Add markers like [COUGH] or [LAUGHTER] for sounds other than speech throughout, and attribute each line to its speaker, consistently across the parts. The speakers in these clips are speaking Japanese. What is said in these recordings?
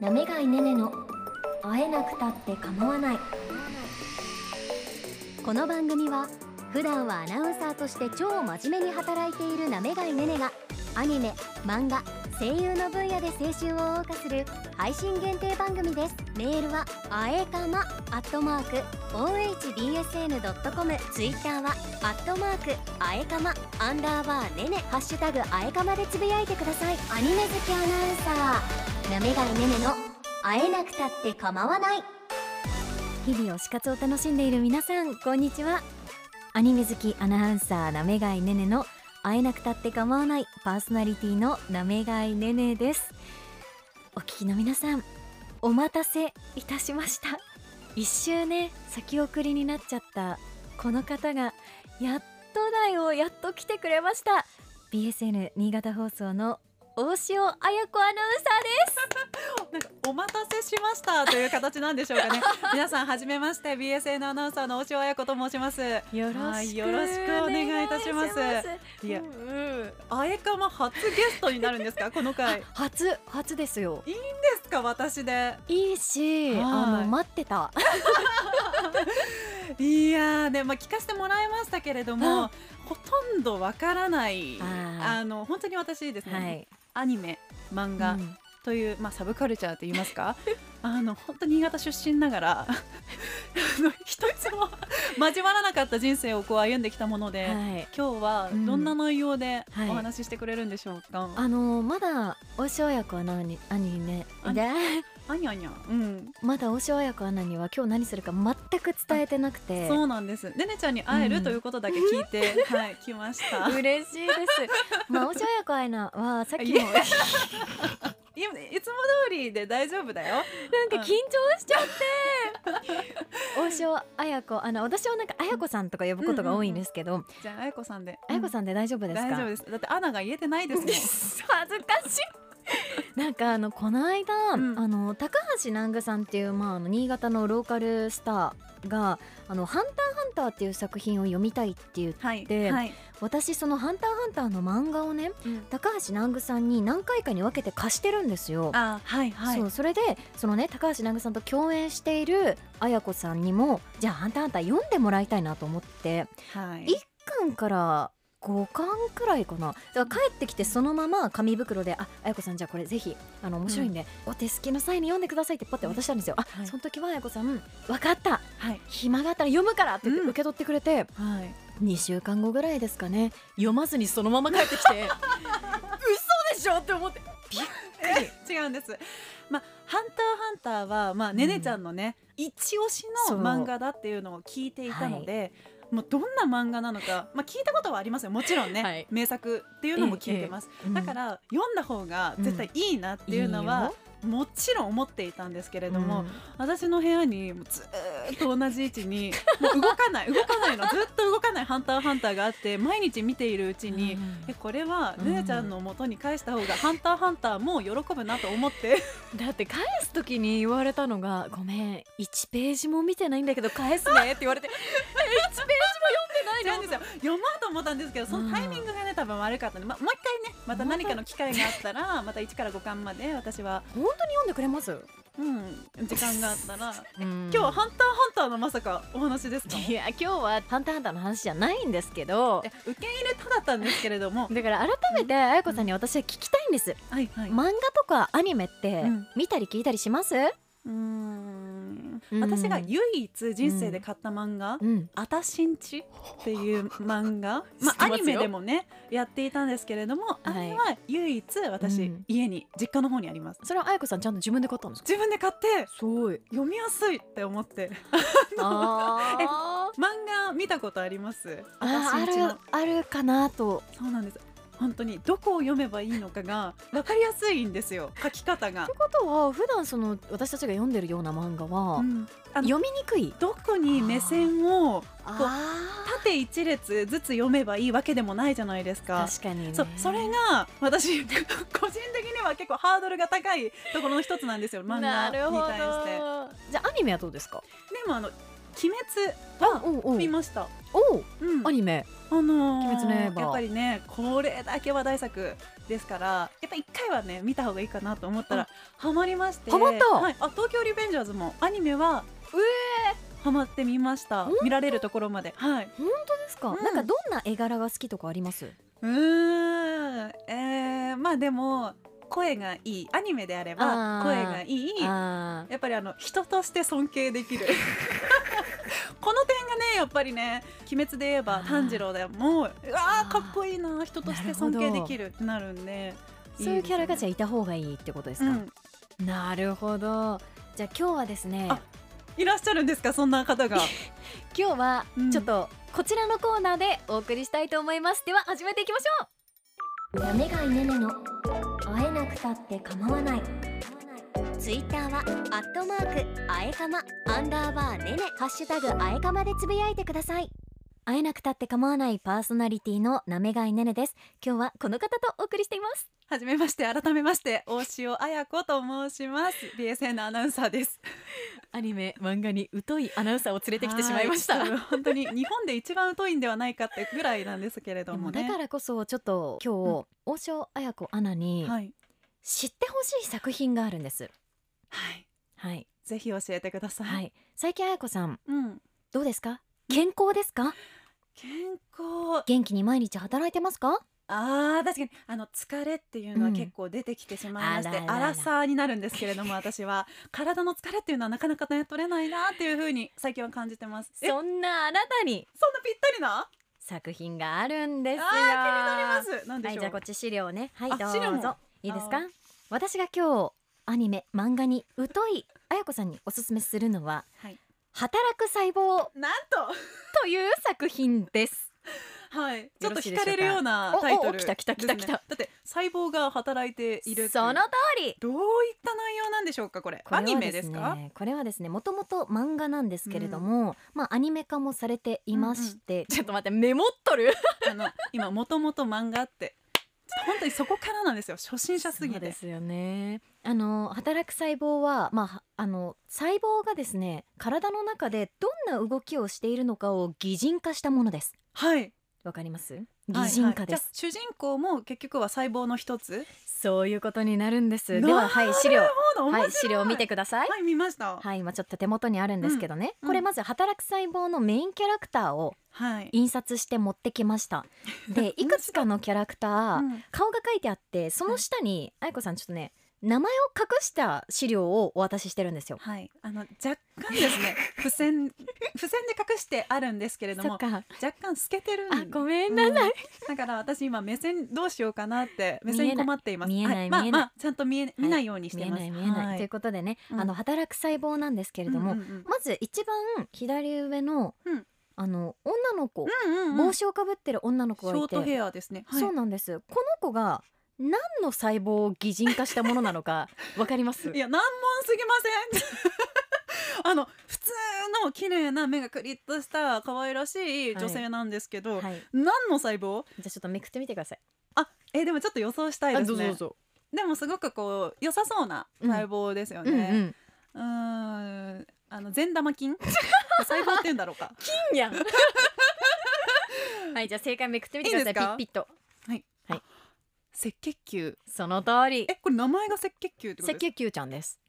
Speaker 1: なめがいねねの会えなくたって構わないこの番組は普段はアナウンサーとして超真面目に働いているなめがいねねがアニメ漫画声優の分野で青春を謳歌する配信限定番組ですメールはあえかまアットマーク ohbsn.com ツイッターはアットマークあえかまアンダーバーねねハッシュタグあえかまでつぶやいてくださいアニメ好きアナウンサーなめがいねねの会えなくたって構わない日々推し活を楽しんでいる皆さんこんにちはアニメ好きアナウンサーなめがいねねの会えなくたって構わないパーソナリティのなめがいねねですお聞きの皆さんお待たせいたしました一周ね先送りになっちゃったこの方がやっとだよやっと来てくれました BSN 新潟放送の大塩彩子アナウンサーです
Speaker 2: なんかお待たせしましたという形なんでしょう
Speaker 3: [LAUGHS]
Speaker 2: かね。皆さんはじめまして BSN アナウンサーの大塩彩子と申します。
Speaker 3: よろ
Speaker 2: は
Speaker 3: しく
Speaker 2: いよろしくお願いいたします
Speaker 3: お願いし
Speaker 2: いや
Speaker 3: うんうん
Speaker 2: あえかま初ゲストになるんです
Speaker 3: [LAUGHS]
Speaker 2: かこの回。で
Speaker 3: 初初ですよ。
Speaker 2: すか私で。
Speaker 3: いいし、
Speaker 2: はい
Speaker 3: あの待ってた。
Speaker 2: いやーねまあ聞かせてもらいましたけれど
Speaker 3: あ
Speaker 2: もほとんどわからない
Speaker 3: あー
Speaker 2: あの本当に私ですね、
Speaker 3: はい。
Speaker 2: アニメ漫画
Speaker 3: うん
Speaker 2: という、まあサブカルチャーと言いますか [LAUGHS] あの本当に新潟出身ながら [LAUGHS] あの一つも交わらなかった人生をこう歩んできたもので。
Speaker 3: はい。
Speaker 2: 今日はどんな内容で
Speaker 3: うん
Speaker 2: お話ししてくれるんでしょうか。
Speaker 3: あのまだ大塩親子アナに兄ね
Speaker 2: あ
Speaker 3: で [LAUGHS]
Speaker 2: あにゃあにゃ。うん。
Speaker 3: まだ大塩親子アナには今日何するか全く伝えてなくて
Speaker 2: そうなんです。ねねちゃんに会え
Speaker 3: うん
Speaker 2: るということだけ聞い
Speaker 3: [LAUGHS]
Speaker 2: て、はい、来ました。
Speaker 3: 嬉しいです。まあ大塩親子アナはさっき
Speaker 2: い
Speaker 3: も
Speaker 2: や [LAUGHS] いやいつも通りで大丈夫だよ。
Speaker 3: なんか緊張しちゃ
Speaker 2: [LAUGHS]
Speaker 3: って大塩綾子あの私はなんか綾子さんとか呼ぶことが多いんですけど、
Speaker 2: じゃあ、あやこさんで。
Speaker 3: 綾子さんで大丈夫ですか、
Speaker 2: 大丈夫です。だって、アナが言えてな
Speaker 3: [LAUGHS]
Speaker 2: いですもん。
Speaker 3: 恥ずかしい [LAUGHS] なんかあのこの間、
Speaker 2: うん
Speaker 3: あの高橋南具さんっていう、まあ、あの新潟のローカルスターが「あのハンターハンター」っていう作品を読みたいっていう
Speaker 2: はい。
Speaker 3: で
Speaker 2: はい。
Speaker 3: 私その「ハンターハンター」の漫画をね高橋南具さんに何回かに分けて貸してるんですよ。
Speaker 2: あ、はい、はい。
Speaker 3: そうそれでそのね高橋南具さんと共演している綾子さんにもじゃあ「ハンターハンター」読んでもらいたいなと思って
Speaker 2: はい。
Speaker 3: 一巻から五巻くらいかなだから帰ってきてそのまま紙袋で「ああやこさんじゃあこれぜひあの面白いんで、お手すきの際に読んでください」ってパッて渡したんですよ、あ、
Speaker 2: はい
Speaker 3: その時はあやこさん「分かった
Speaker 2: はい。
Speaker 3: 暇があったら読むから」って言って
Speaker 2: うん
Speaker 3: 受け取ってくれて、
Speaker 2: はい。
Speaker 3: 2週間後ぐらいですかね読まずにそのまま帰ってき
Speaker 2: [LAUGHS]
Speaker 3: て嘘でしょって思って
Speaker 2: [LAUGHS] 違うんです。まあ、ハンターハンターは、まあ、ねねちゃんのね、一押し
Speaker 3: そ
Speaker 2: の
Speaker 3: う
Speaker 2: 漫画だっていうのを聞いていたので。もうどんな漫画なのか、まあ、聞いたことはありますよもちろんね、
Speaker 3: はい
Speaker 2: 名作っていうのも聞いてます、だからら読んだ方が絶対いいなっていうのは、もちろん思っていたんですけれども、私の部屋にもうずーっと同じ位置にもう動かない動かないのずっと動かない「ハンターハンター」があって毎日見ているうちに、えこれは
Speaker 3: うん
Speaker 2: ねねちゃんの元に返した方が「ハンターハンター」も喜ぶなと思って
Speaker 3: だって返す時に言われたのが「ごめん1ページも見てないんだけど返すね」って言われて
Speaker 2: [LAUGHS] 違うんで
Speaker 3: [LAUGHS]
Speaker 2: すよ読もうと思ったんですけどそのタイミングがね多分悪かったので、ま、もう一回ねまた何かの機会があったら [LAUGHS] また1から5巻まで私は、
Speaker 3: 本当に読んでくれます
Speaker 2: うん、時間があったら
Speaker 3: 今
Speaker 2: 今日は「ハンターハンター」のまさかお話ですか
Speaker 3: いや今日は「ハンターハンター」の話じゃないんですけど
Speaker 2: え受け入れただったんですけれども
Speaker 3: だから改めてあやこさんに私は聞きたいんです、
Speaker 2: はいはい
Speaker 3: 漫画とかアニメって
Speaker 2: うん
Speaker 3: 見たり聞いたりします、
Speaker 2: うーん
Speaker 3: うん
Speaker 2: 私が唯一人生で買った漫画
Speaker 3: うん
Speaker 2: 「あたしんち」っていう
Speaker 3: [LAUGHS]
Speaker 2: 漫画
Speaker 3: 知ってま
Speaker 2: まあ
Speaker 3: す
Speaker 2: ア
Speaker 3: よ
Speaker 2: ニメでもねやっていたんですけれどもあれは唯一
Speaker 3: う
Speaker 2: 私
Speaker 3: ん
Speaker 2: 家に実家の方にあります
Speaker 3: それはあやこさんちゃんと自分で買ったんですか
Speaker 2: 自分で買って
Speaker 3: すごい
Speaker 2: 読みやすいって思って
Speaker 3: あー
Speaker 2: 漫画見たことあります
Speaker 3: あーあ
Speaker 2: 私んちの
Speaker 3: るあるかなと
Speaker 2: そうなんです本当にどこを読めばいいのかが分かりやすいんですよ書き方が
Speaker 3: [LAUGHS] とい、うことは普段その私たちが読んでるような漫画は、
Speaker 2: うんあの
Speaker 3: 読みにくい
Speaker 2: どこに目線を
Speaker 3: あ
Speaker 2: 縦一列ずつ読めばいいわけでもないじゃないですか
Speaker 3: 確かにね
Speaker 2: そうそれが私 [LAUGHS] 個人的には結構ハードルが高いところの一つなんですよ漫画に対して
Speaker 3: じゃあアニメはどうですか
Speaker 2: でもあの鬼滅
Speaker 3: おうお
Speaker 2: は
Speaker 3: う
Speaker 2: 見ました。
Speaker 3: おう
Speaker 2: うん
Speaker 3: アニメ
Speaker 2: あのー
Speaker 3: 鬼滅の刃
Speaker 2: やっぱりねこれだけ話題作ですからやっぱ一回はね見た方がいいかなと思ったらハマりまして
Speaker 3: ハマった
Speaker 2: はい、あ東京リベンジャーズもアニメはハマってみました見られるところまではい
Speaker 3: 本当ですか、
Speaker 2: うん
Speaker 3: なんかどんな絵柄が好きとかあります
Speaker 2: うーんえー、まあでも声がいいアニメであれば
Speaker 3: あー
Speaker 2: 声がいい
Speaker 3: あ
Speaker 2: やっぱりあの人として尊敬
Speaker 3: [LAUGHS]
Speaker 2: できるこの点がねやっぱりね「鬼滅」で言えば
Speaker 3: あー
Speaker 2: 炭治郎でもううわ
Speaker 3: あ
Speaker 2: ー
Speaker 3: ー
Speaker 2: かっこいいな人として尊敬できるってなるんで
Speaker 3: ーそういうキャラがじゃ
Speaker 2: ゃ
Speaker 3: あいた方がいいってことです
Speaker 2: う
Speaker 3: か、
Speaker 2: ん、
Speaker 3: なるほどじゃあ今日はですね
Speaker 2: あいらっしゃるんですかそんな方
Speaker 3: [LAUGHS]
Speaker 2: が
Speaker 3: 今日は
Speaker 2: うん
Speaker 3: ちょっとこちらのコーナーでお送りしたいと思いますでは始めていきましょう
Speaker 1: なめがいねねの会えなくたって構わないツイッターはアットマークあえかまアンダーバーねねハッシュタグあえかまでつぶやいてください
Speaker 3: 会えなくたって構わないパーソナリティのなめがいねねです今日はこの方とお送りしています
Speaker 2: はじめまして改めまして大塩彩子と申します BSN アナウンサーです
Speaker 3: アニメ漫画に疎いアナウンサーを連れ
Speaker 2: はいそう本当に日本で一番遠いんではないかってぐらいなんですけれど
Speaker 3: で
Speaker 2: も
Speaker 3: も
Speaker 2: ね
Speaker 3: だからこそちょっと今日、王将綾子アナに
Speaker 2: はい、
Speaker 3: 知ってほしい作品があるんです
Speaker 2: はい、
Speaker 3: はい、
Speaker 2: ぜひ教えてください、
Speaker 3: はい、最近綾子さん
Speaker 2: うん、
Speaker 3: どうですか健康ですか
Speaker 2: 健康
Speaker 3: 元気に毎日働いてますか
Speaker 2: あー確かにあの疲れっていうのは
Speaker 3: うん
Speaker 2: 結構出てきてしまいまして、
Speaker 3: あららら
Speaker 2: アラサーになるんですけれども私は体の疲れっていうのはなかなかね取れないなっていうふうに最近は感じてますえそんなん
Speaker 3: なあなたに
Speaker 2: ぴったりな
Speaker 3: 作品があるんですよ
Speaker 2: あー気になりますなんで
Speaker 3: はい
Speaker 2: しょ
Speaker 3: じゃ
Speaker 2: う、
Speaker 3: あこっち資料ねはい
Speaker 2: あ
Speaker 3: ど
Speaker 2: 資料
Speaker 3: うぞ
Speaker 2: も
Speaker 3: いいですか
Speaker 2: あー
Speaker 3: 私が今日アニメ漫画に疎い綾子さんにおすすめするのは
Speaker 2: はい、
Speaker 3: 働く細胞
Speaker 2: なん
Speaker 3: という作品です
Speaker 2: とはいち
Speaker 3: よ
Speaker 2: ょっ
Speaker 3: ろ
Speaker 2: と
Speaker 3: しいでしょ
Speaker 2: 惹
Speaker 3: うか
Speaker 2: かれるようなタイト
Speaker 3: おお
Speaker 2: ル
Speaker 3: お来た来た来た
Speaker 2: です
Speaker 3: 来た
Speaker 2: ねだって細胞が働いているっていう
Speaker 3: その通り
Speaker 2: どういった内容なんでしょうかこれ
Speaker 3: これは
Speaker 2: アニメですか [LAUGHS]
Speaker 3: ね、これはですねもともと漫画なんですけれども、まあアニメ化もされていまして、
Speaker 2: [LAUGHS]
Speaker 3: ちょっと待ってメモっと [LAUGHS] る
Speaker 2: あの今もともと漫画ってちょっと本当にそこからなんですよ初心者すぎ
Speaker 3: そうで
Speaker 2: て
Speaker 3: すよねあの働く細胞は、まあは、あの細胞がですね体の中でどんな動きをしているのかを擬人化したものです
Speaker 2: はい
Speaker 3: わかります擬人化です、
Speaker 2: はいはいじゃあ主人公も結局は細胞の一つ
Speaker 3: そういうことになるんです
Speaker 2: な
Speaker 3: でははい資料
Speaker 2: そうだ
Speaker 3: は
Speaker 2: 面
Speaker 3: い資料を見てください
Speaker 2: 白いはい見ました
Speaker 3: はい今ちょっと手元にあるんですけどね、
Speaker 2: うん
Speaker 3: これまず働く細胞のメインキャラクターを
Speaker 2: はい、
Speaker 3: 印刷して持ってきま
Speaker 2: [LAUGHS]
Speaker 3: したでいくつかのキャラクター、
Speaker 2: うん
Speaker 3: 顔が書いてあってその下に愛子さんちょっとね名前を隠した資料をお渡ししてるんですよ
Speaker 2: はい、あの若干です
Speaker 3: [LAUGHS]
Speaker 2: ね付箋付箋で隠してあるんですけれど
Speaker 3: そっ
Speaker 2: も
Speaker 3: か
Speaker 2: 若干透けてるん
Speaker 3: あ、ごめんなさい。
Speaker 2: うんだから私今目線どうしようかなって目
Speaker 3: 見え
Speaker 2: 線
Speaker 3: ない
Speaker 2: 困っています
Speaker 3: 見えない
Speaker 2: まあ
Speaker 3: 見えない
Speaker 2: まあちゃんと見え見ないようにしてます、
Speaker 3: 見えない見えない、
Speaker 2: は
Speaker 3: ということでね、
Speaker 2: うん
Speaker 3: あの働く細胞なんですけれども、
Speaker 2: うんうん
Speaker 3: まず一番左上の、
Speaker 2: うん
Speaker 3: あの女の子、
Speaker 2: うんうんうん
Speaker 3: 帽子をかぶってる女の
Speaker 2: シ
Speaker 3: 子が
Speaker 2: ョ
Speaker 3: い
Speaker 2: ー
Speaker 3: て、
Speaker 2: トヘアですね、はい
Speaker 3: そうなんです。この子が何の細胞を擬人化したものなのかわかります
Speaker 2: い。や難問すぎません [LAUGHS] あの普通の綺麗な目がクリッとした可愛らしい女性なんですけど、
Speaker 3: はい。
Speaker 2: 何の細胞
Speaker 3: じゃあちょっとめくってみてください。
Speaker 2: あえーでもちょっと予想したいですね
Speaker 3: ぞ。
Speaker 2: でもすごくこう良さそうな細胞ですよ
Speaker 3: うんう
Speaker 2: ね
Speaker 3: ん。
Speaker 2: うーんあの善玉菌 [LAUGHS] 細胞っていうんだろうか
Speaker 3: いいやん。 [LAUGHS] はい、じゃあ正解めくってみてください。
Speaker 2: いいんですか
Speaker 3: ピッピッと。
Speaker 2: 赤血球
Speaker 3: その通り。
Speaker 2: えこれ名前が赤血球ってこと
Speaker 3: 赤
Speaker 2: で
Speaker 3: 血
Speaker 2: すか
Speaker 3: 球ちゃんです。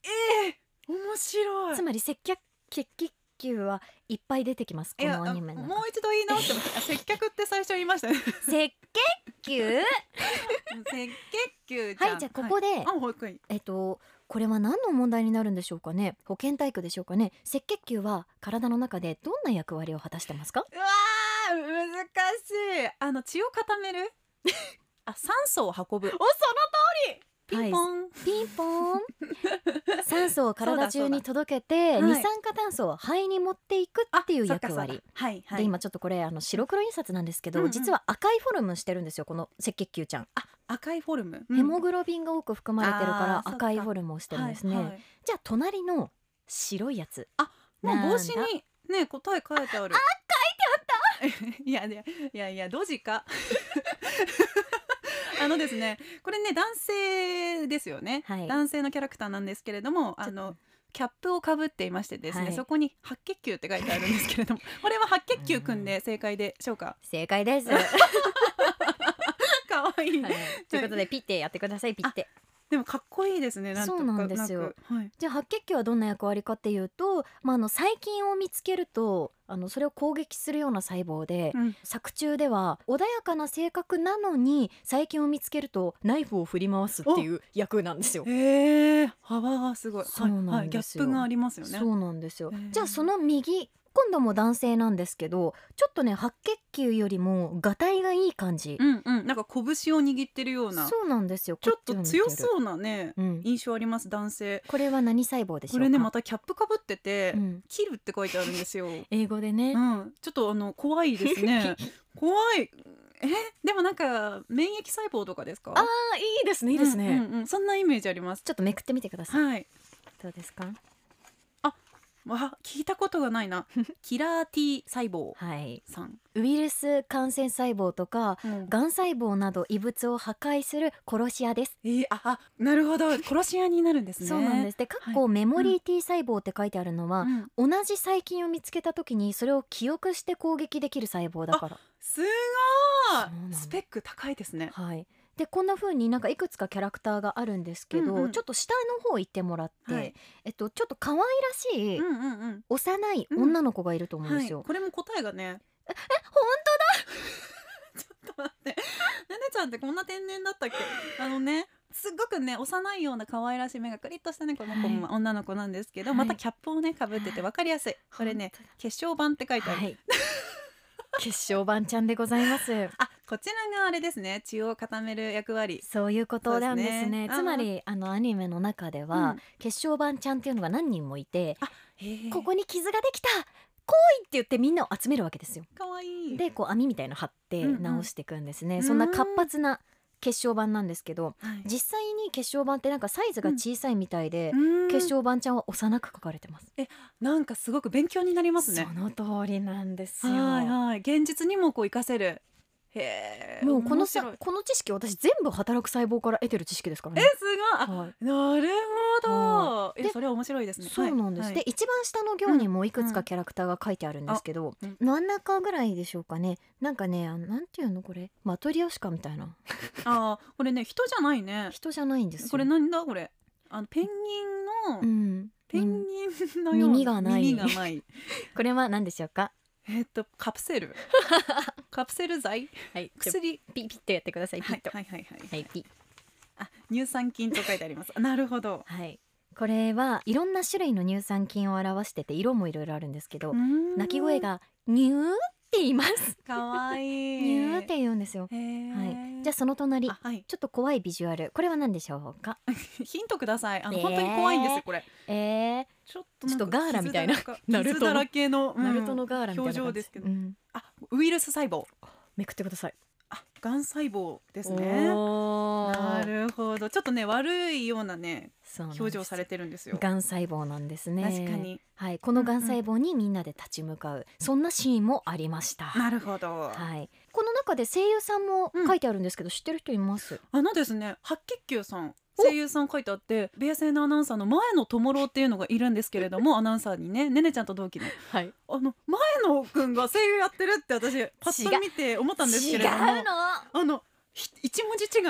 Speaker 2: 面白い
Speaker 3: つまり接客血気球はいっぱい出てきますこ
Speaker 2: いや
Speaker 3: のアニメの
Speaker 2: あもう一度言い直してもあ接客って最初言いましたね
Speaker 3: 赤血球
Speaker 2: [LAUGHS]
Speaker 3: は
Speaker 2: 赤血球
Speaker 3: いじゃあここ
Speaker 2: で、
Speaker 3: で、
Speaker 2: はいあ保育園
Speaker 3: えっとこれは何の問題になるんでしょうかね保健体育でしょうかね赤血球は体の中でどんな役割を果たしてますか
Speaker 2: うわー難しいあの血を固め
Speaker 3: [LAUGHS]
Speaker 2: るあ酸素を運ぶピンポン、
Speaker 3: ピンポー
Speaker 2: [LAUGHS]
Speaker 3: ン酸素を体中に届けて
Speaker 2: そうだそうだ
Speaker 3: 二酸化炭素を肺に持っていくっていう役割
Speaker 2: はいはい
Speaker 3: で今ちょっとこれあの白黒印刷なんですけど、
Speaker 2: うんうん
Speaker 3: 実は赤いフォルムしてるんですよこの赤血球ちゃん
Speaker 2: 赤いフォルム、
Speaker 3: ヘモグロビンが多く含まれてるか
Speaker 2: あー
Speaker 3: ら赤いフォルムをしてるんですね、
Speaker 2: はいはい
Speaker 3: じゃあ隣の白いやつ
Speaker 2: もう帽子
Speaker 3: なん
Speaker 2: にね答え書いてあるあ [LAUGHS] 書いてあったいやいやいやいやドジか [LAUGHS] あのですね、これね男性ですよね、
Speaker 3: はい
Speaker 2: 男性のキャラクターなんですけれども、あのキャップをかぶっていましてですね、
Speaker 3: はい
Speaker 2: そこに白血球って書いてあるんですけれども、これは白血球くんで正解でしょう
Speaker 3: [LAUGHS]
Speaker 2: か。
Speaker 3: 正解
Speaker 2: [LAUGHS]
Speaker 3: です、はい、
Speaker 2: 可愛い
Speaker 3: [LAUGHS] ということでピッてやってくださいピッて
Speaker 2: でもかっこいいですね。なんとか
Speaker 3: そうなんですよ
Speaker 2: くはい。
Speaker 3: じゃあ白血球はどんな役割かっていうと、まあ、あの細菌を見つけるとあのそれを攻撃するような細胞で、
Speaker 2: うん
Speaker 3: 作中では穏やかな性格なのに細菌を見つけるとナイフを振り回すっていう役なんですよ。
Speaker 2: ええ幅がすごい。はい
Speaker 3: そうなんですよ
Speaker 2: はいギャップがありますよね。
Speaker 3: そうなんですよ
Speaker 2: へー
Speaker 3: じゃあその右今度も男性なんですけどちょっとね白血球よりもがたいがいい感じ、
Speaker 2: うんうん、なんか拳を握ってるような。
Speaker 3: そうなんですよ
Speaker 2: ちょっと強
Speaker 3: う、
Speaker 2: そうなね、
Speaker 3: うん、
Speaker 2: 印象あります男性。
Speaker 3: これは何細胞でしょ
Speaker 2: こ
Speaker 3: うか
Speaker 2: れねまたキャップかぶってて、
Speaker 3: うん、
Speaker 2: キルって書いてあるんですよ。
Speaker 3: 英語でね、
Speaker 2: うん、ちょっとあの怖いです
Speaker 3: [LAUGHS]
Speaker 2: ね。怖い。え、でもなんか免疫細胞とかですか？
Speaker 3: ああいいですねいいですね、
Speaker 2: うんうんうんそんなイメージあります。
Speaker 3: ちょっとめくってみてください
Speaker 2: はい。
Speaker 3: どうですか
Speaker 2: わ、聞いたことがない
Speaker 3: [LAUGHS]
Speaker 2: な。キラー T 細胞
Speaker 3: はい
Speaker 2: さん。
Speaker 3: ウイルス感染細胞とか
Speaker 2: うん
Speaker 3: がん細胞など異物を破壊する殺し屋です、
Speaker 2: えーあ、あ、なるほど。殺し屋になるんですね。
Speaker 3: そうなんですで、かっこメモリー T 細胞って書いてあるのは、
Speaker 2: うん
Speaker 3: 同じ細菌を見つけた時にそれを記憶して攻撃できる細胞だから
Speaker 2: すご
Speaker 3: そうなん
Speaker 2: い。
Speaker 3: だ
Speaker 2: スペック高いですね。
Speaker 3: はいでこんな風になんかいくつかキャラクターがあるんですけど、
Speaker 2: うんうん
Speaker 3: ちょっと下の方行ってもらって、
Speaker 2: はい
Speaker 3: えっとちょっと可愛らしい、
Speaker 2: うんうんうん。
Speaker 3: 幼い女の子がいると思うん
Speaker 2: は
Speaker 3: で
Speaker 2: い、
Speaker 3: すよ、
Speaker 2: これも答えがね
Speaker 3: ほ
Speaker 2: [LAUGHS] ちょっと待ってねねちゃんってこんな天然だったっけあのねすっごくね幼いような可愛らしい目がクリッとしたねこの子も女の子なんですけど、
Speaker 3: はい
Speaker 2: またキャップをねかぶってて分かりやすいこれね結晶版って書いてある、
Speaker 3: はい決勝版ちゃんでございます
Speaker 2: あこちらがあれですね血を固める役割
Speaker 3: そういうことなんですね
Speaker 2: そうですね
Speaker 3: つまりあのアニメの中では、
Speaker 2: うん
Speaker 3: 決勝版ちゃんっていうのが何人もいて、こ
Speaker 2: に
Speaker 3: こに傷ができた来いって言ってみんなを集めるわけですよ
Speaker 2: かわいい
Speaker 3: でこう網みたいの貼って
Speaker 2: うんうん
Speaker 3: 直していくんですね、
Speaker 2: うん
Speaker 3: そんな活発な結晶版なんですけど
Speaker 2: はい
Speaker 3: 実際に結晶版ってなんかサイズが小さいみたいで、
Speaker 2: うん
Speaker 3: 結晶版ちゃんは幼く書かれてます、
Speaker 2: なんかすごく勉強になりますね
Speaker 3: その通りなんですよ
Speaker 2: はいはい現実にもこう活かせるへえ
Speaker 3: もうこの
Speaker 2: 面白
Speaker 3: さ
Speaker 2: い
Speaker 3: この知識私全部働く細胞から得てる知識ですから
Speaker 2: え
Speaker 3: ね
Speaker 2: すごいあ
Speaker 3: はい
Speaker 2: なるほど。いや
Speaker 3: で
Speaker 2: それは面白いですね。
Speaker 3: そうなんです、
Speaker 2: はい
Speaker 3: で
Speaker 2: はい
Speaker 3: 一番下の行にもいくつ
Speaker 2: う
Speaker 3: か
Speaker 2: ん
Speaker 3: キャラクターが書いてあるんですけど、
Speaker 2: あうん
Speaker 3: 真ん中ぐらいでしょうかねなんかねあのなんていうのこれマトリオシカみたいな
Speaker 2: あーこれね人じゃないね。
Speaker 3: 人じゃないんですよ
Speaker 2: これなんだこれ。あのペンギンの、
Speaker 3: うん、
Speaker 2: ペンギンのような
Speaker 3: 耳がない
Speaker 2: 耳がない。
Speaker 3: これは何でしょうか
Speaker 2: えっとカプ
Speaker 3: [LAUGHS]
Speaker 2: セル。カプセル剤。
Speaker 3: はい薬
Speaker 2: 薬。
Speaker 3: ピピッとやってくださいピ
Speaker 2: は
Speaker 3: ッ
Speaker 2: い
Speaker 3: とは
Speaker 2: はいはいはい
Speaker 3: い、。ピ
Speaker 2: あ乳酸菌と書いて
Speaker 3: [LAUGHS]
Speaker 2: あります。あなるほど。
Speaker 3: はいこれはいろんな種類の乳酸菌を表してて色もいろいろあるんですけど、鳴
Speaker 2: 鳴
Speaker 3: き声。がニューって言います
Speaker 2: 可愛いい。
Speaker 3: ニューって言うんですよ
Speaker 2: へー。
Speaker 3: はいじゃあその隣
Speaker 2: あはい。
Speaker 3: ちょっと怖いビジュアルこれは何でしょうか
Speaker 2: ヒントください。あの、
Speaker 3: ねー
Speaker 2: 本当に怖いんですよこれ。
Speaker 3: えー、
Speaker 2: ちょっとなん
Speaker 3: ちょ
Speaker 2: か
Speaker 3: っとガーラみたいな
Speaker 2: 傷だらか
Speaker 3: ナルトの
Speaker 2: 傷だらけの、うん
Speaker 3: ナルトのガーラみたいな感じ
Speaker 2: 表情ですけど
Speaker 3: うん
Speaker 2: あウイルス細胞
Speaker 3: めくってください
Speaker 2: あがん細胞で
Speaker 3: です
Speaker 2: ねな
Speaker 3: な
Speaker 2: るほどちょっとね悪いようなね表情され
Speaker 3: て
Speaker 2: てるんですよ
Speaker 3: がん細胞なんですね
Speaker 2: 確かに
Speaker 3: はいこのがん細胞にみんなで立ち向かう、そんなシーンもありました
Speaker 2: なるほど
Speaker 3: はいこの中で声優さんも書いてあるんですけど、知ってる人います
Speaker 2: あのですね白血球さん
Speaker 3: お
Speaker 2: 声優さん書いてあってベースのアナウンサーの前野智郎っていうのがいるんですけれ
Speaker 3: [LAUGHS]
Speaker 2: どもアナウンサーにねねねちゃんと同期の
Speaker 3: はい
Speaker 2: あの前野くんが声優やってるって私パッと見て思ったんですけれども
Speaker 3: 違うの
Speaker 2: あのひ一文字違い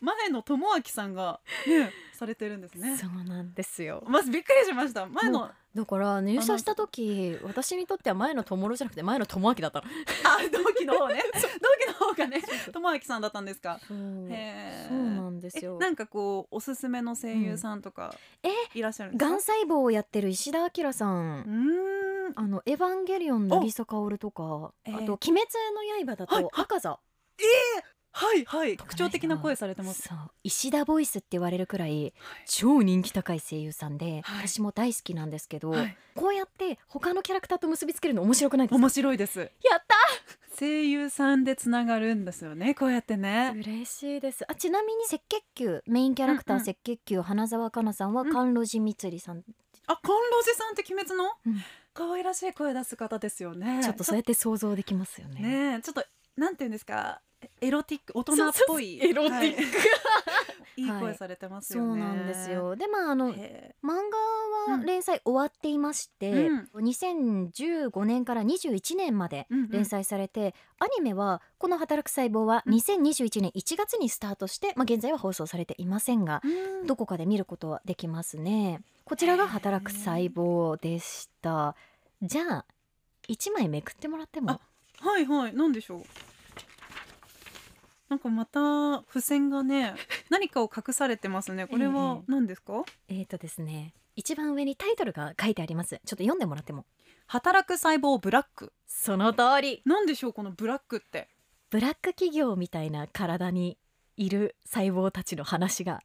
Speaker 2: 前野智明さんがねされてるんですね
Speaker 3: そうなんですよ
Speaker 2: まずびっくりしました前
Speaker 3: も
Speaker 2: 野
Speaker 3: うだから入社した時私にとっては前の友郎じゃなくて前の友明だったの
Speaker 2: あ同期の方
Speaker 3: [LAUGHS]
Speaker 2: ね同期の方がね智明さんだったんですか
Speaker 3: そう
Speaker 2: へー
Speaker 3: そうなんですよ
Speaker 2: えなんかこうおすすめの声優さんとか
Speaker 3: うん
Speaker 2: いらっしゃるんで
Speaker 3: がん
Speaker 2: すか
Speaker 3: 細胞をやってる石田明さん
Speaker 2: うーん
Speaker 3: あのエヴァンゲリオン
Speaker 2: お
Speaker 3: のリサカオルとか、
Speaker 2: えー
Speaker 3: あと鬼滅の刃だ
Speaker 2: はい
Speaker 3: と赤座、
Speaker 2: はいはい特徴的な声されてます
Speaker 3: そう石田ボイスって言われるくらい
Speaker 2: はい
Speaker 3: 超人気高い声優さんで、
Speaker 2: はい
Speaker 3: 私も大好きなんですけど、
Speaker 2: はい
Speaker 3: こうやって他のキャラクターと結びつけるの面白くないですか
Speaker 2: 面白いです
Speaker 3: やっ
Speaker 2: 声優さんでつながるんですよねこうやって
Speaker 3: た
Speaker 2: ね
Speaker 3: 嬉しいですあちなみに赤血球メインキャラクター、
Speaker 2: うんうん
Speaker 3: 赤血球花澤香菜さんは
Speaker 2: うん
Speaker 3: 甘露寺光さん、
Speaker 2: あ甘露寺さんって鬼滅の
Speaker 3: うん
Speaker 2: 可愛らしい声出す方ですよね
Speaker 3: ちょっとそうやって想像できますよね
Speaker 2: ねえちょっとなんて言うんですかえエロティック大人っぽい
Speaker 3: そうそうエロティック
Speaker 2: [LAUGHS] はい、いい声されてます
Speaker 3: そ
Speaker 2: よね、
Speaker 3: うなんですよでまああの
Speaker 2: へ
Speaker 3: 漫画は連載終わっていまして、2015年から21年まで
Speaker 2: ー、うんうん
Speaker 3: 連載されて、アニメはこの「働く細胞」は2021年1月にスタートして、まあ、現在は放送されていませんが、
Speaker 2: うん
Speaker 3: どこかで見ることはできますねこちらが「働く細胞」でしたじゃあ1枚めくってもらっても
Speaker 2: あはいはい何でしょうなんかまた付箋が [LAUGHS] ね何かを隠されてますねこれは
Speaker 3: ええ
Speaker 2: 何ですか、
Speaker 3: えっ、とですね一番上にタイトルが書いてありますちょっと読んでもらっても
Speaker 2: 働く細胞ブラック
Speaker 3: その通り
Speaker 2: 何でしょうこのブラックって
Speaker 3: ブラック企業みたいな体にいる細胞たちの話が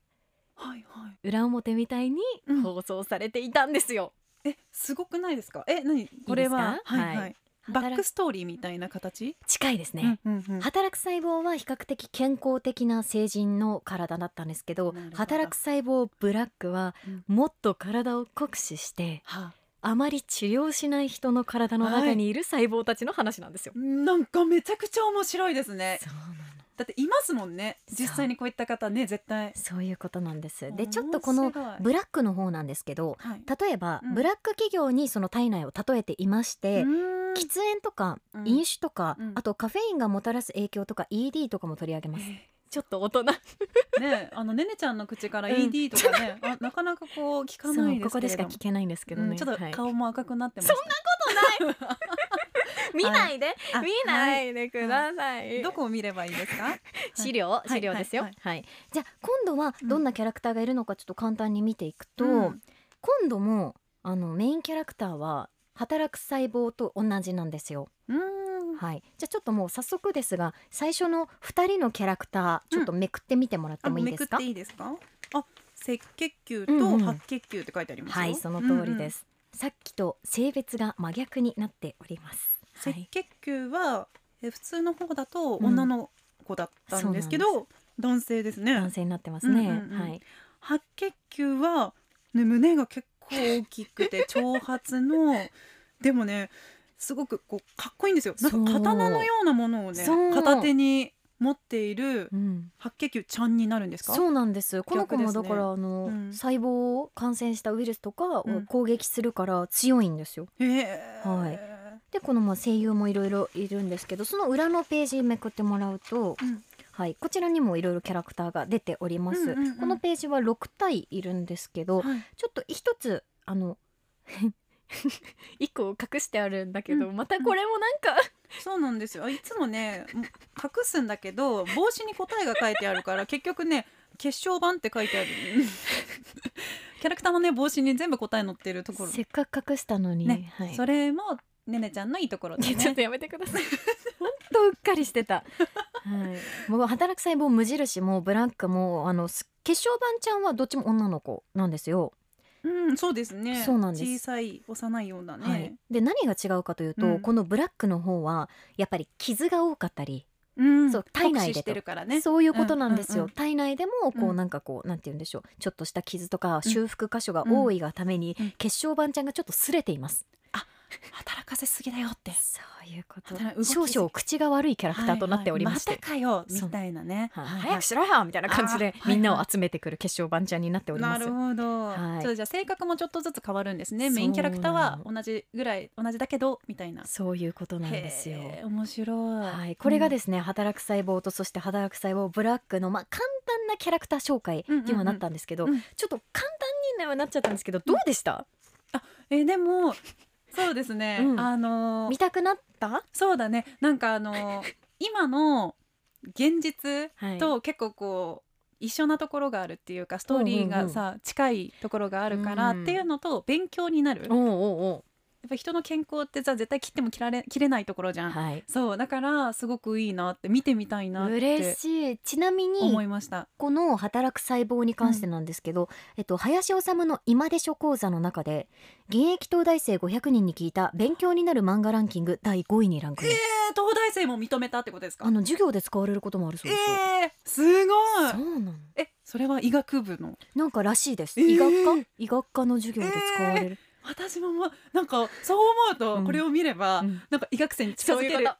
Speaker 2: はいはい
Speaker 3: 裏表みたいに放送されていたんですよ、
Speaker 2: えすごくないですかえ何これは
Speaker 3: ですか
Speaker 2: はいはい、
Speaker 3: はい
Speaker 2: バッ
Speaker 3: 働
Speaker 2: クストーリーみたいな形、
Speaker 3: 近いですね、
Speaker 2: うんうんうん
Speaker 3: 働く細胞は比較的健康的な成人の体だったんですけど
Speaker 2: なるほど
Speaker 3: 働く細胞ブラックは
Speaker 2: うん
Speaker 3: もっと体を酷使して
Speaker 2: は
Speaker 3: あまり治療しない人の体の中にいる細胞たちの話なんですよ。
Speaker 2: なんかめちゃくちゃ面白いですね
Speaker 3: そうなの
Speaker 2: だっていますもんね
Speaker 3: そう
Speaker 2: 実際にこういった方ね絶対
Speaker 3: そういうことなんです。でちょっとこの
Speaker 2: 面白い
Speaker 3: ブラックの方なんですけど
Speaker 2: はい
Speaker 3: 例えば、
Speaker 2: うん
Speaker 3: ブラック企業にその体内を例えていまして、
Speaker 2: うーん
Speaker 3: 喫煙とか
Speaker 2: うん
Speaker 3: 飲酒とか、
Speaker 2: うん
Speaker 3: あとカフェインがもたらす影響とか ED とかも取り上げます。
Speaker 2: え
Speaker 3: ちょっと大人
Speaker 2: ねあのねねちゃんの口から
Speaker 3: うん
Speaker 2: ED とかね、あな [LAUGHS] かなかこう聞かない
Speaker 3: そう
Speaker 2: で
Speaker 3: こ
Speaker 2: す
Speaker 3: こ
Speaker 2: けれ
Speaker 3: でしか
Speaker 2: ども
Speaker 3: 聞けないんですけど
Speaker 2: う
Speaker 3: ね。
Speaker 2: んちょっ
Speaker 3: はい
Speaker 2: と顔も赤くなってます、
Speaker 3: [LAUGHS] 見ないで、
Speaker 2: あ
Speaker 3: 見ないでください。
Speaker 2: どこを見ればいいですか
Speaker 3: 資料
Speaker 2: い
Speaker 3: 資料ですよ。は
Speaker 2: はいい。
Speaker 3: じゃあ今度はどんなキャラクターがいるのかちょっと簡単に見ていくと、
Speaker 2: うん
Speaker 3: 今度もあのメインキャラクターは働く細胞と同じなんですよ。
Speaker 2: うーん
Speaker 3: はい。じゃあちょっともう早速ですが、最初の二人のキャラクターちょっとめくってみてもらって
Speaker 2: あ
Speaker 3: もいい
Speaker 2: め
Speaker 3: で
Speaker 2: くっ
Speaker 3: すか
Speaker 2: て。いいですかあ赤血球
Speaker 3: うんう
Speaker 2: と
Speaker 3: ん
Speaker 2: 白血球って書いてありますよ、、
Speaker 3: はい、その通りですす。さっきと性別が真逆になっております。は
Speaker 2: 赤
Speaker 3: い。
Speaker 2: 血球はえ普通の方だと
Speaker 3: うん
Speaker 2: 女の子だったんですけど、
Speaker 3: そう
Speaker 2: 男性ですね
Speaker 3: 男性になってますね。
Speaker 2: うんうんうん
Speaker 3: はい。
Speaker 2: 白血球は、ね、胸が結構大きくて長髪
Speaker 3: [LAUGHS]
Speaker 2: のでもねすごくこうかっこいいんですよなんか刀のようなものをね
Speaker 3: そう
Speaker 2: 片手に持っている
Speaker 3: うん。
Speaker 2: 白血球ちゃんになるんですか
Speaker 3: そうなんですこの子も
Speaker 2: 逆です
Speaker 3: だ
Speaker 2: ね
Speaker 3: から、あの、
Speaker 2: うん
Speaker 3: 細胞を感染したウイルスとかを
Speaker 2: うん
Speaker 3: 攻撃するから強いんですよ、
Speaker 2: へえ
Speaker 3: はいでこのまあ声優もいろいろいるんですけどその裏のページめくってもらうと、
Speaker 2: うん
Speaker 3: はい、こちらにもいろいろキャラクターが出ております、
Speaker 2: うんうんうん
Speaker 3: このページは6体いるんですけど
Speaker 2: はい
Speaker 3: ちょっと一つあの [LAUGHS] 一個隠してあるんだけど、
Speaker 2: う
Speaker 3: またこれもなんか、
Speaker 2: そうなんですよあいつもねもう隠すんだけど帽子に答えが書いてあるから結局ね結晶版って書い
Speaker 3: [LAUGHS]
Speaker 2: てあるキャラクターのね帽子に全部答え載ってるとこ
Speaker 3: [LAUGHS]
Speaker 2: ろ
Speaker 3: せっかく隠したのに、
Speaker 2: ね
Speaker 3: はい、
Speaker 2: それもねねちゃんのいいところ
Speaker 3: [LAUGHS]
Speaker 2: だ
Speaker 3: ちょっ
Speaker 2: ね
Speaker 3: とやめてください本当うっかりしてた、はい、もう働く細胞無印もブラックもあのす血小板ちゃんはどっちも女の子なんですよ、
Speaker 2: うん、そうですね。
Speaker 3: そうなんです
Speaker 2: 小さい幼いようなね。
Speaker 3: はい、で何が違うかというと、
Speaker 2: うん
Speaker 3: このブラックの方はやっぱり傷が多かったり、
Speaker 2: うん、
Speaker 3: そう体内で
Speaker 2: 酷使してるからね。
Speaker 3: そういうことなんですよ、
Speaker 2: うんうんうん
Speaker 3: 体内でもこ
Speaker 2: う
Speaker 3: うんなんかこう、なんて言うんでしょうちょっとした傷とか修復箇所が多いがために、
Speaker 2: うんうん
Speaker 3: 血小板ちゃんがちょっと擦れています、
Speaker 2: 働かせすぎだよって。
Speaker 3: そういうこ
Speaker 2: 働く
Speaker 3: と少々口が悪いキャラクターとなっておりまして、
Speaker 2: はいはいまたかよみたいなね。
Speaker 3: はい
Speaker 2: はい
Speaker 3: 早くしろよみたいな感じで
Speaker 2: あー
Speaker 3: みんなを集めてくる結晶番茶になっておりま
Speaker 2: な
Speaker 3: す。
Speaker 2: るほど。
Speaker 3: はい
Speaker 2: そうじゃあ性格もちょっとずつ変わるんですね。
Speaker 3: そう
Speaker 2: メインキャラクターは同じぐらい同じだけどみたいな。
Speaker 3: そういうことなんですよ。
Speaker 2: へー面白い。
Speaker 3: はい、これがですね、働く細胞とそして働く細胞ブラックのまあ簡単なキャラクター紹介にはなったんですけど、
Speaker 2: うんうんうん
Speaker 3: ちょっと簡単にはなっちゃったんですけどどうでした、
Speaker 2: うん。えーでもそうですね。
Speaker 3: うん
Speaker 2: あのー
Speaker 3: 見たくなった、
Speaker 2: そうだね。なんかあのー今の現実
Speaker 3: はい
Speaker 2: と結構こう一緒なところがあるっていうかストーリーがさ、近いところがあるから
Speaker 3: うん
Speaker 2: っていうのと勉強になる、
Speaker 3: お
Speaker 2: や
Speaker 3: う
Speaker 2: っ
Speaker 3: お
Speaker 2: ぱ人の健康ってさ絶対切っても切られ切れないところじ
Speaker 3: うお
Speaker 2: ゃ、
Speaker 3: うんはい
Speaker 2: そうだからすごくいいなって見てみたいなっ
Speaker 3: 嬉
Speaker 2: て
Speaker 3: しいちなみ
Speaker 2: 思
Speaker 3: に
Speaker 2: いました
Speaker 3: この働く細胞に関してなんですけど、えっと林修の今でしょ講座の中で現役東大生500人に聞いた勉強になる漫画ランキング第5位にランクイン
Speaker 2: えー東大生も認めたってことですか
Speaker 3: あの授業で使われることもあるそう
Speaker 2: え
Speaker 3: ですよ。
Speaker 2: ー、すご
Speaker 3: そ
Speaker 2: いう
Speaker 3: なの。
Speaker 2: えそれは医学部の
Speaker 3: なんからしいです。
Speaker 2: えー
Speaker 3: 医学科、医学科の授業で使われる。
Speaker 2: 私ももうなんかそう思
Speaker 3: う
Speaker 2: うと
Speaker 3: ん
Speaker 2: これを見れば、
Speaker 3: うん
Speaker 2: なんか医学生に近づける
Speaker 3: そういうこ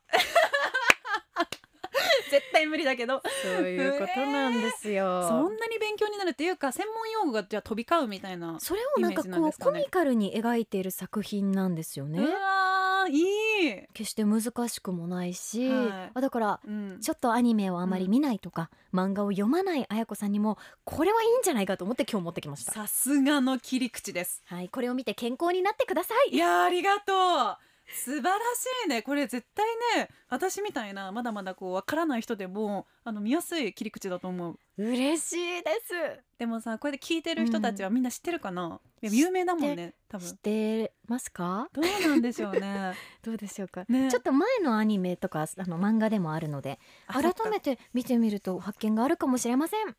Speaker 2: 絶対無理だけど
Speaker 3: そういうことなんですよ。
Speaker 2: そんなに勉強になるっていうか専門用語がじゃあ飛び交うみたいな
Speaker 3: それをなんか
Speaker 2: イメージなん
Speaker 3: こ
Speaker 2: で
Speaker 3: う
Speaker 2: すか
Speaker 3: コ
Speaker 2: ね
Speaker 3: ミカルに描いている作品なんですよね
Speaker 2: う。わーいい、
Speaker 3: 決して難しくもないし、
Speaker 2: はい
Speaker 3: あだから
Speaker 2: うん、
Speaker 3: ちょっとアニメをあまり見ないとか、漫画を読まない彩子さんにもこれはいいんじゃないかと思って今日持ってきました。
Speaker 2: さすがの切り口です
Speaker 3: はい、これを見て健康になってください。
Speaker 2: いやーありがとう素晴らしいねこれ絶対ね私みたいなまだまだこうわからない人でもあの見やすい切り口だと思う
Speaker 3: 嬉しいです。
Speaker 2: でもさこれで聞いてる人たちはみんな知ってるかな、いや有名だもんね多
Speaker 3: 知っ
Speaker 2: 分
Speaker 3: てますか？
Speaker 2: どうなんでしょう
Speaker 3: [LAUGHS]
Speaker 2: ね
Speaker 3: どうでしょうか。
Speaker 2: ね
Speaker 3: ちょっと前のアニメとかあの漫画でもあるので、
Speaker 2: あ
Speaker 3: 改め
Speaker 2: そ
Speaker 3: て見てみると発見があるかもしれません。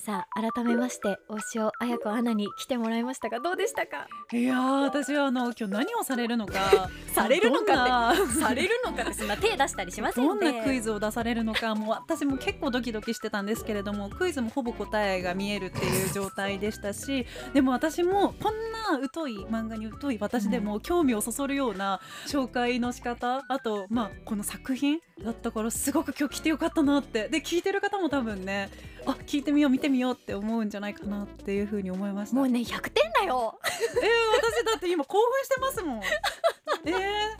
Speaker 3: さあ改めまして大塩彩子アナに来てもらいましたがどうでしたか
Speaker 2: っかいやー私はあの今日何をされるのか
Speaker 3: されるのか
Speaker 2: どんな
Speaker 3: れるのかです手出したりしま
Speaker 2: どんなクイズを出されるのかもう私も結構ドキドキしてたんですけれどもクイズもほぼ答えが見えるっていう状態でしたし [LAUGHS] でも私もこんな疎い漫画に疎い私でも興味をそそるような紹介の仕方あとまあこの作品だったからすごく今日来てよかったなってで聞いてる方も多分ねあ聞いてみよう見てみようって思うんじゃないかなっていうふうに思いました。
Speaker 3: もうね100点だよ
Speaker 2: えー、私だって今興奮してま
Speaker 3: [LAUGHS]
Speaker 2: すもん。えー、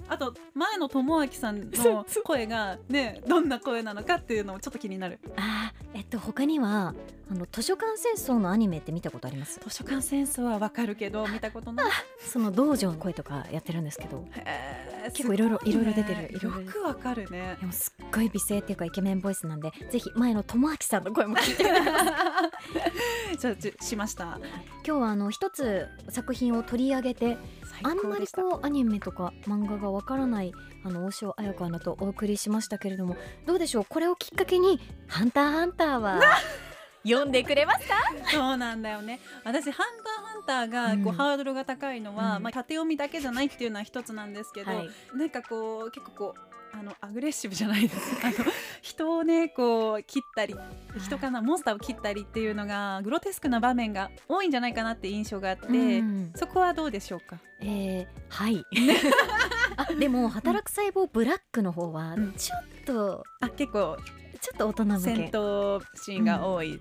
Speaker 2: あと前の友明
Speaker 3: [LAUGHS]
Speaker 2: さんの声がねどんな声なのかっていうのもちょっと気になる
Speaker 3: あーえっと他にはあの図書館戦争のアニメって見たことあります
Speaker 2: 図書館戦争はわかるけど見たことない
Speaker 3: その道場の声とかやってるんですけど
Speaker 2: へー
Speaker 3: 結構いろいろ
Speaker 2: すごね
Speaker 3: いろいろ出てるいろいろ
Speaker 2: よくわかるね
Speaker 3: でもすっごい美声っていうかイケメンボイスなんでぜひ前の友明さんの声 [LAUGHS] も聞いてみてください
Speaker 2: じゃあじしました
Speaker 3: 今日はあの一つ作品を取り上げて
Speaker 2: 最
Speaker 3: あん
Speaker 2: 高
Speaker 3: ま
Speaker 2: で
Speaker 3: り
Speaker 2: した
Speaker 3: こうアニメとか漫画がわからないあの大塩彩子アナとお送りしましたけれどもどうでしょうこれをきっかけに「ハンターハンター [LAUGHS] は」読んでくれますか
Speaker 2: そうなんだよね私「ハンターハンター」がこ
Speaker 3: うん
Speaker 2: う、ハードルが高いのは、
Speaker 3: うん
Speaker 2: まあ、縦読みだけじゃないっていうのは一つなんですけど、
Speaker 3: はい
Speaker 2: なんかこう結構こうあのアグレッシブじゃないですあの人をねこう切ったり人かなモンスターを切ったりっていうのがグロテスクな場面が多いんじゃないかなって印象があって、
Speaker 3: うん
Speaker 2: そこはどうでしょうか
Speaker 3: えーはい [LAUGHS] あでも「働く細胞ブラック」の方は
Speaker 2: うん
Speaker 3: ちょっと、
Speaker 2: あ結構
Speaker 3: ちょっと大人向
Speaker 2: 戦
Speaker 3: け
Speaker 2: 闘シーンが多い、はい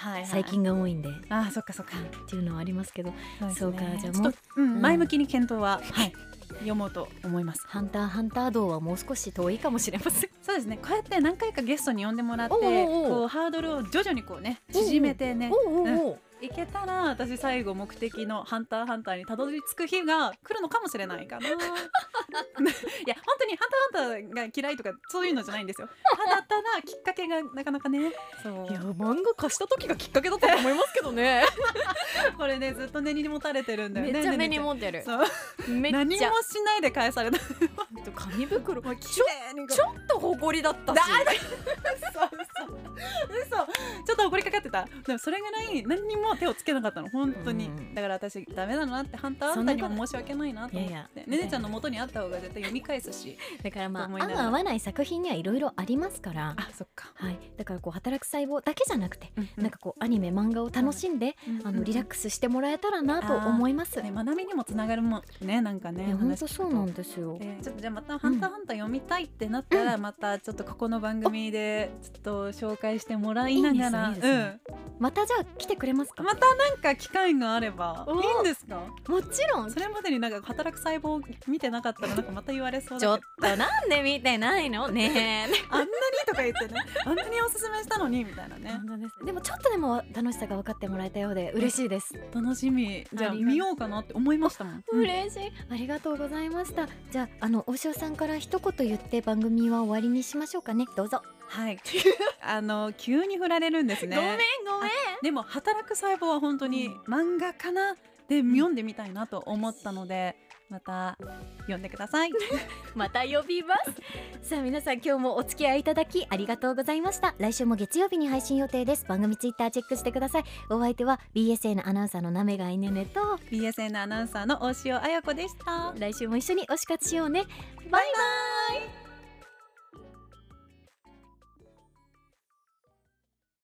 Speaker 2: はい
Speaker 3: 最近が多いんで。
Speaker 2: あそっかそっか
Speaker 3: っていうのはありますけど
Speaker 2: ですね
Speaker 3: そうかじゃあ
Speaker 2: ちょ
Speaker 3: もう
Speaker 2: っと、うん
Speaker 3: うん
Speaker 2: 前向きに検討は、はい、読もうと思いま
Speaker 3: 「
Speaker 2: す
Speaker 3: ハンターハンター」道はもう少し遠いかもしれません
Speaker 2: そうですねこうやって何回かゲストに呼んでもらって
Speaker 3: おうおうおう
Speaker 2: こうハードルを徐々にこうね縮めて
Speaker 3: [LAUGHS]
Speaker 2: ね
Speaker 3: おうおうおう
Speaker 2: いけたら私最後目的の「ハンターハンター」にたどり着く日が来るのかもしれな
Speaker 3: [LAUGHS]
Speaker 2: いかないや本当に「ハンターハンター」が嫌いとかそういうのじゃないんですよただただきっかけがなかなかねそう
Speaker 3: いや漫画貸した時がきっかけだったと思いますけどね
Speaker 2: これねずっと根に持たれてるんだ
Speaker 3: [LAUGHS]
Speaker 2: よ
Speaker 3: め
Speaker 2: ね
Speaker 3: っちゃ
Speaker 2: ね
Speaker 3: 目に
Speaker 2: ねね
Speaker 3: 持 [LAUGHS] ってる
Speaker 2: そう
Speaker 3: め
Speaker 2: 何も
Speaker 3: っ
Speaker 2: し
Speaker 3: ちゃ
Speaker 2: ないで返された
Speaker 3: 紙袋ちょ
Speaker 2: 綺麗にこう
Speaker 3: ちょっと誇りだったし
Speaker 2: 嘘嘘嘘ちょっと怒りかかってたでもそれぐらい何にも手をつけなかったの本当に、
Speaker 3: うん
Speaker 2: だから私ダメだなってハンターあんたにも申し訳ないなと思って
Speaker 3: そんなことないいやいや
Speaker 2: ねねちゃんの元にあった方が絶対読み返すし
Speaker 3: だからまあ
Speaker 2: 思いながら
Speaker 3: 合う合わない作品にはいろいろありますから
Speaker 2: あそっか、
Speaker 3: はいだからこう働く細胞だけじゃなくて
Speaker 2: うん
Speaker 3: なんかこうアニメ漫画を楽しんで
Speaker 2: うん
Speaker 3: あのリラックスしてもらえたらなと思います
Speaker 2: ね、学びにもつながるもんねなんかね
Speaker 3: いや本当
Speaker 2: 話聞くと
Speaker 3: そうなんですよ
Speaker 2: えーちょっとじゃあまた「ハンターハンター」読みたいってなったら、またちょっとここの番組でちょっと紹介してもらいながら
Speaker 3: いいですねいいですねまたじゃあ来てくれます
Speaker 2: う
Speaker 3: か
Speaker 2: ん、またなんか機会があればい
Speaker 3: おー
Speaker 2: いんですか
Speaker 3: もちろん
Speaker 2: それまでになんか働く細胞見てなかったらなんかまた言われそうだけ
Speaker 3: ちょ
Speaker 2: ど
Speaker 3: っとなんで見てないのねえ
Speaker 2: あんなにとか言ってねあんなにおすすめしたのにみたい [LAUGHS] なね
Speaker 3: 本当ですでもちょっとでも楽しさが分かってもらえたようで嬉しいです、
Speaker 2: 楽しみじゃあ
Speaker 3: ありがとう
Speaker 2: 見ようかなって思いましたもん、
Speaker 3: 嬉しいありがとうございましたじゃああの大塩さんから一言言って番組は終わりにしましょうかねどうぞ、
Speaker 2: はいあの急に振られるんですね
Speaker 3: ご
Speaker 2: めんでも働く細胞は本当に漫画かなで読んでみたいなと思ったのでまた読んでください
Speaker 3: また呼びますさあ皆さん今日もお付き合いいただきありがとうございました来週も月曜日に配信予定です番組ツイッターチェックしてくださいお相手は BSN アナウンサーのなめがいねねと
Speaker 2: BSN アナウンサーの大塩彩子でした
Speaker 3: 来週も一緒に推し活しようねバイバイ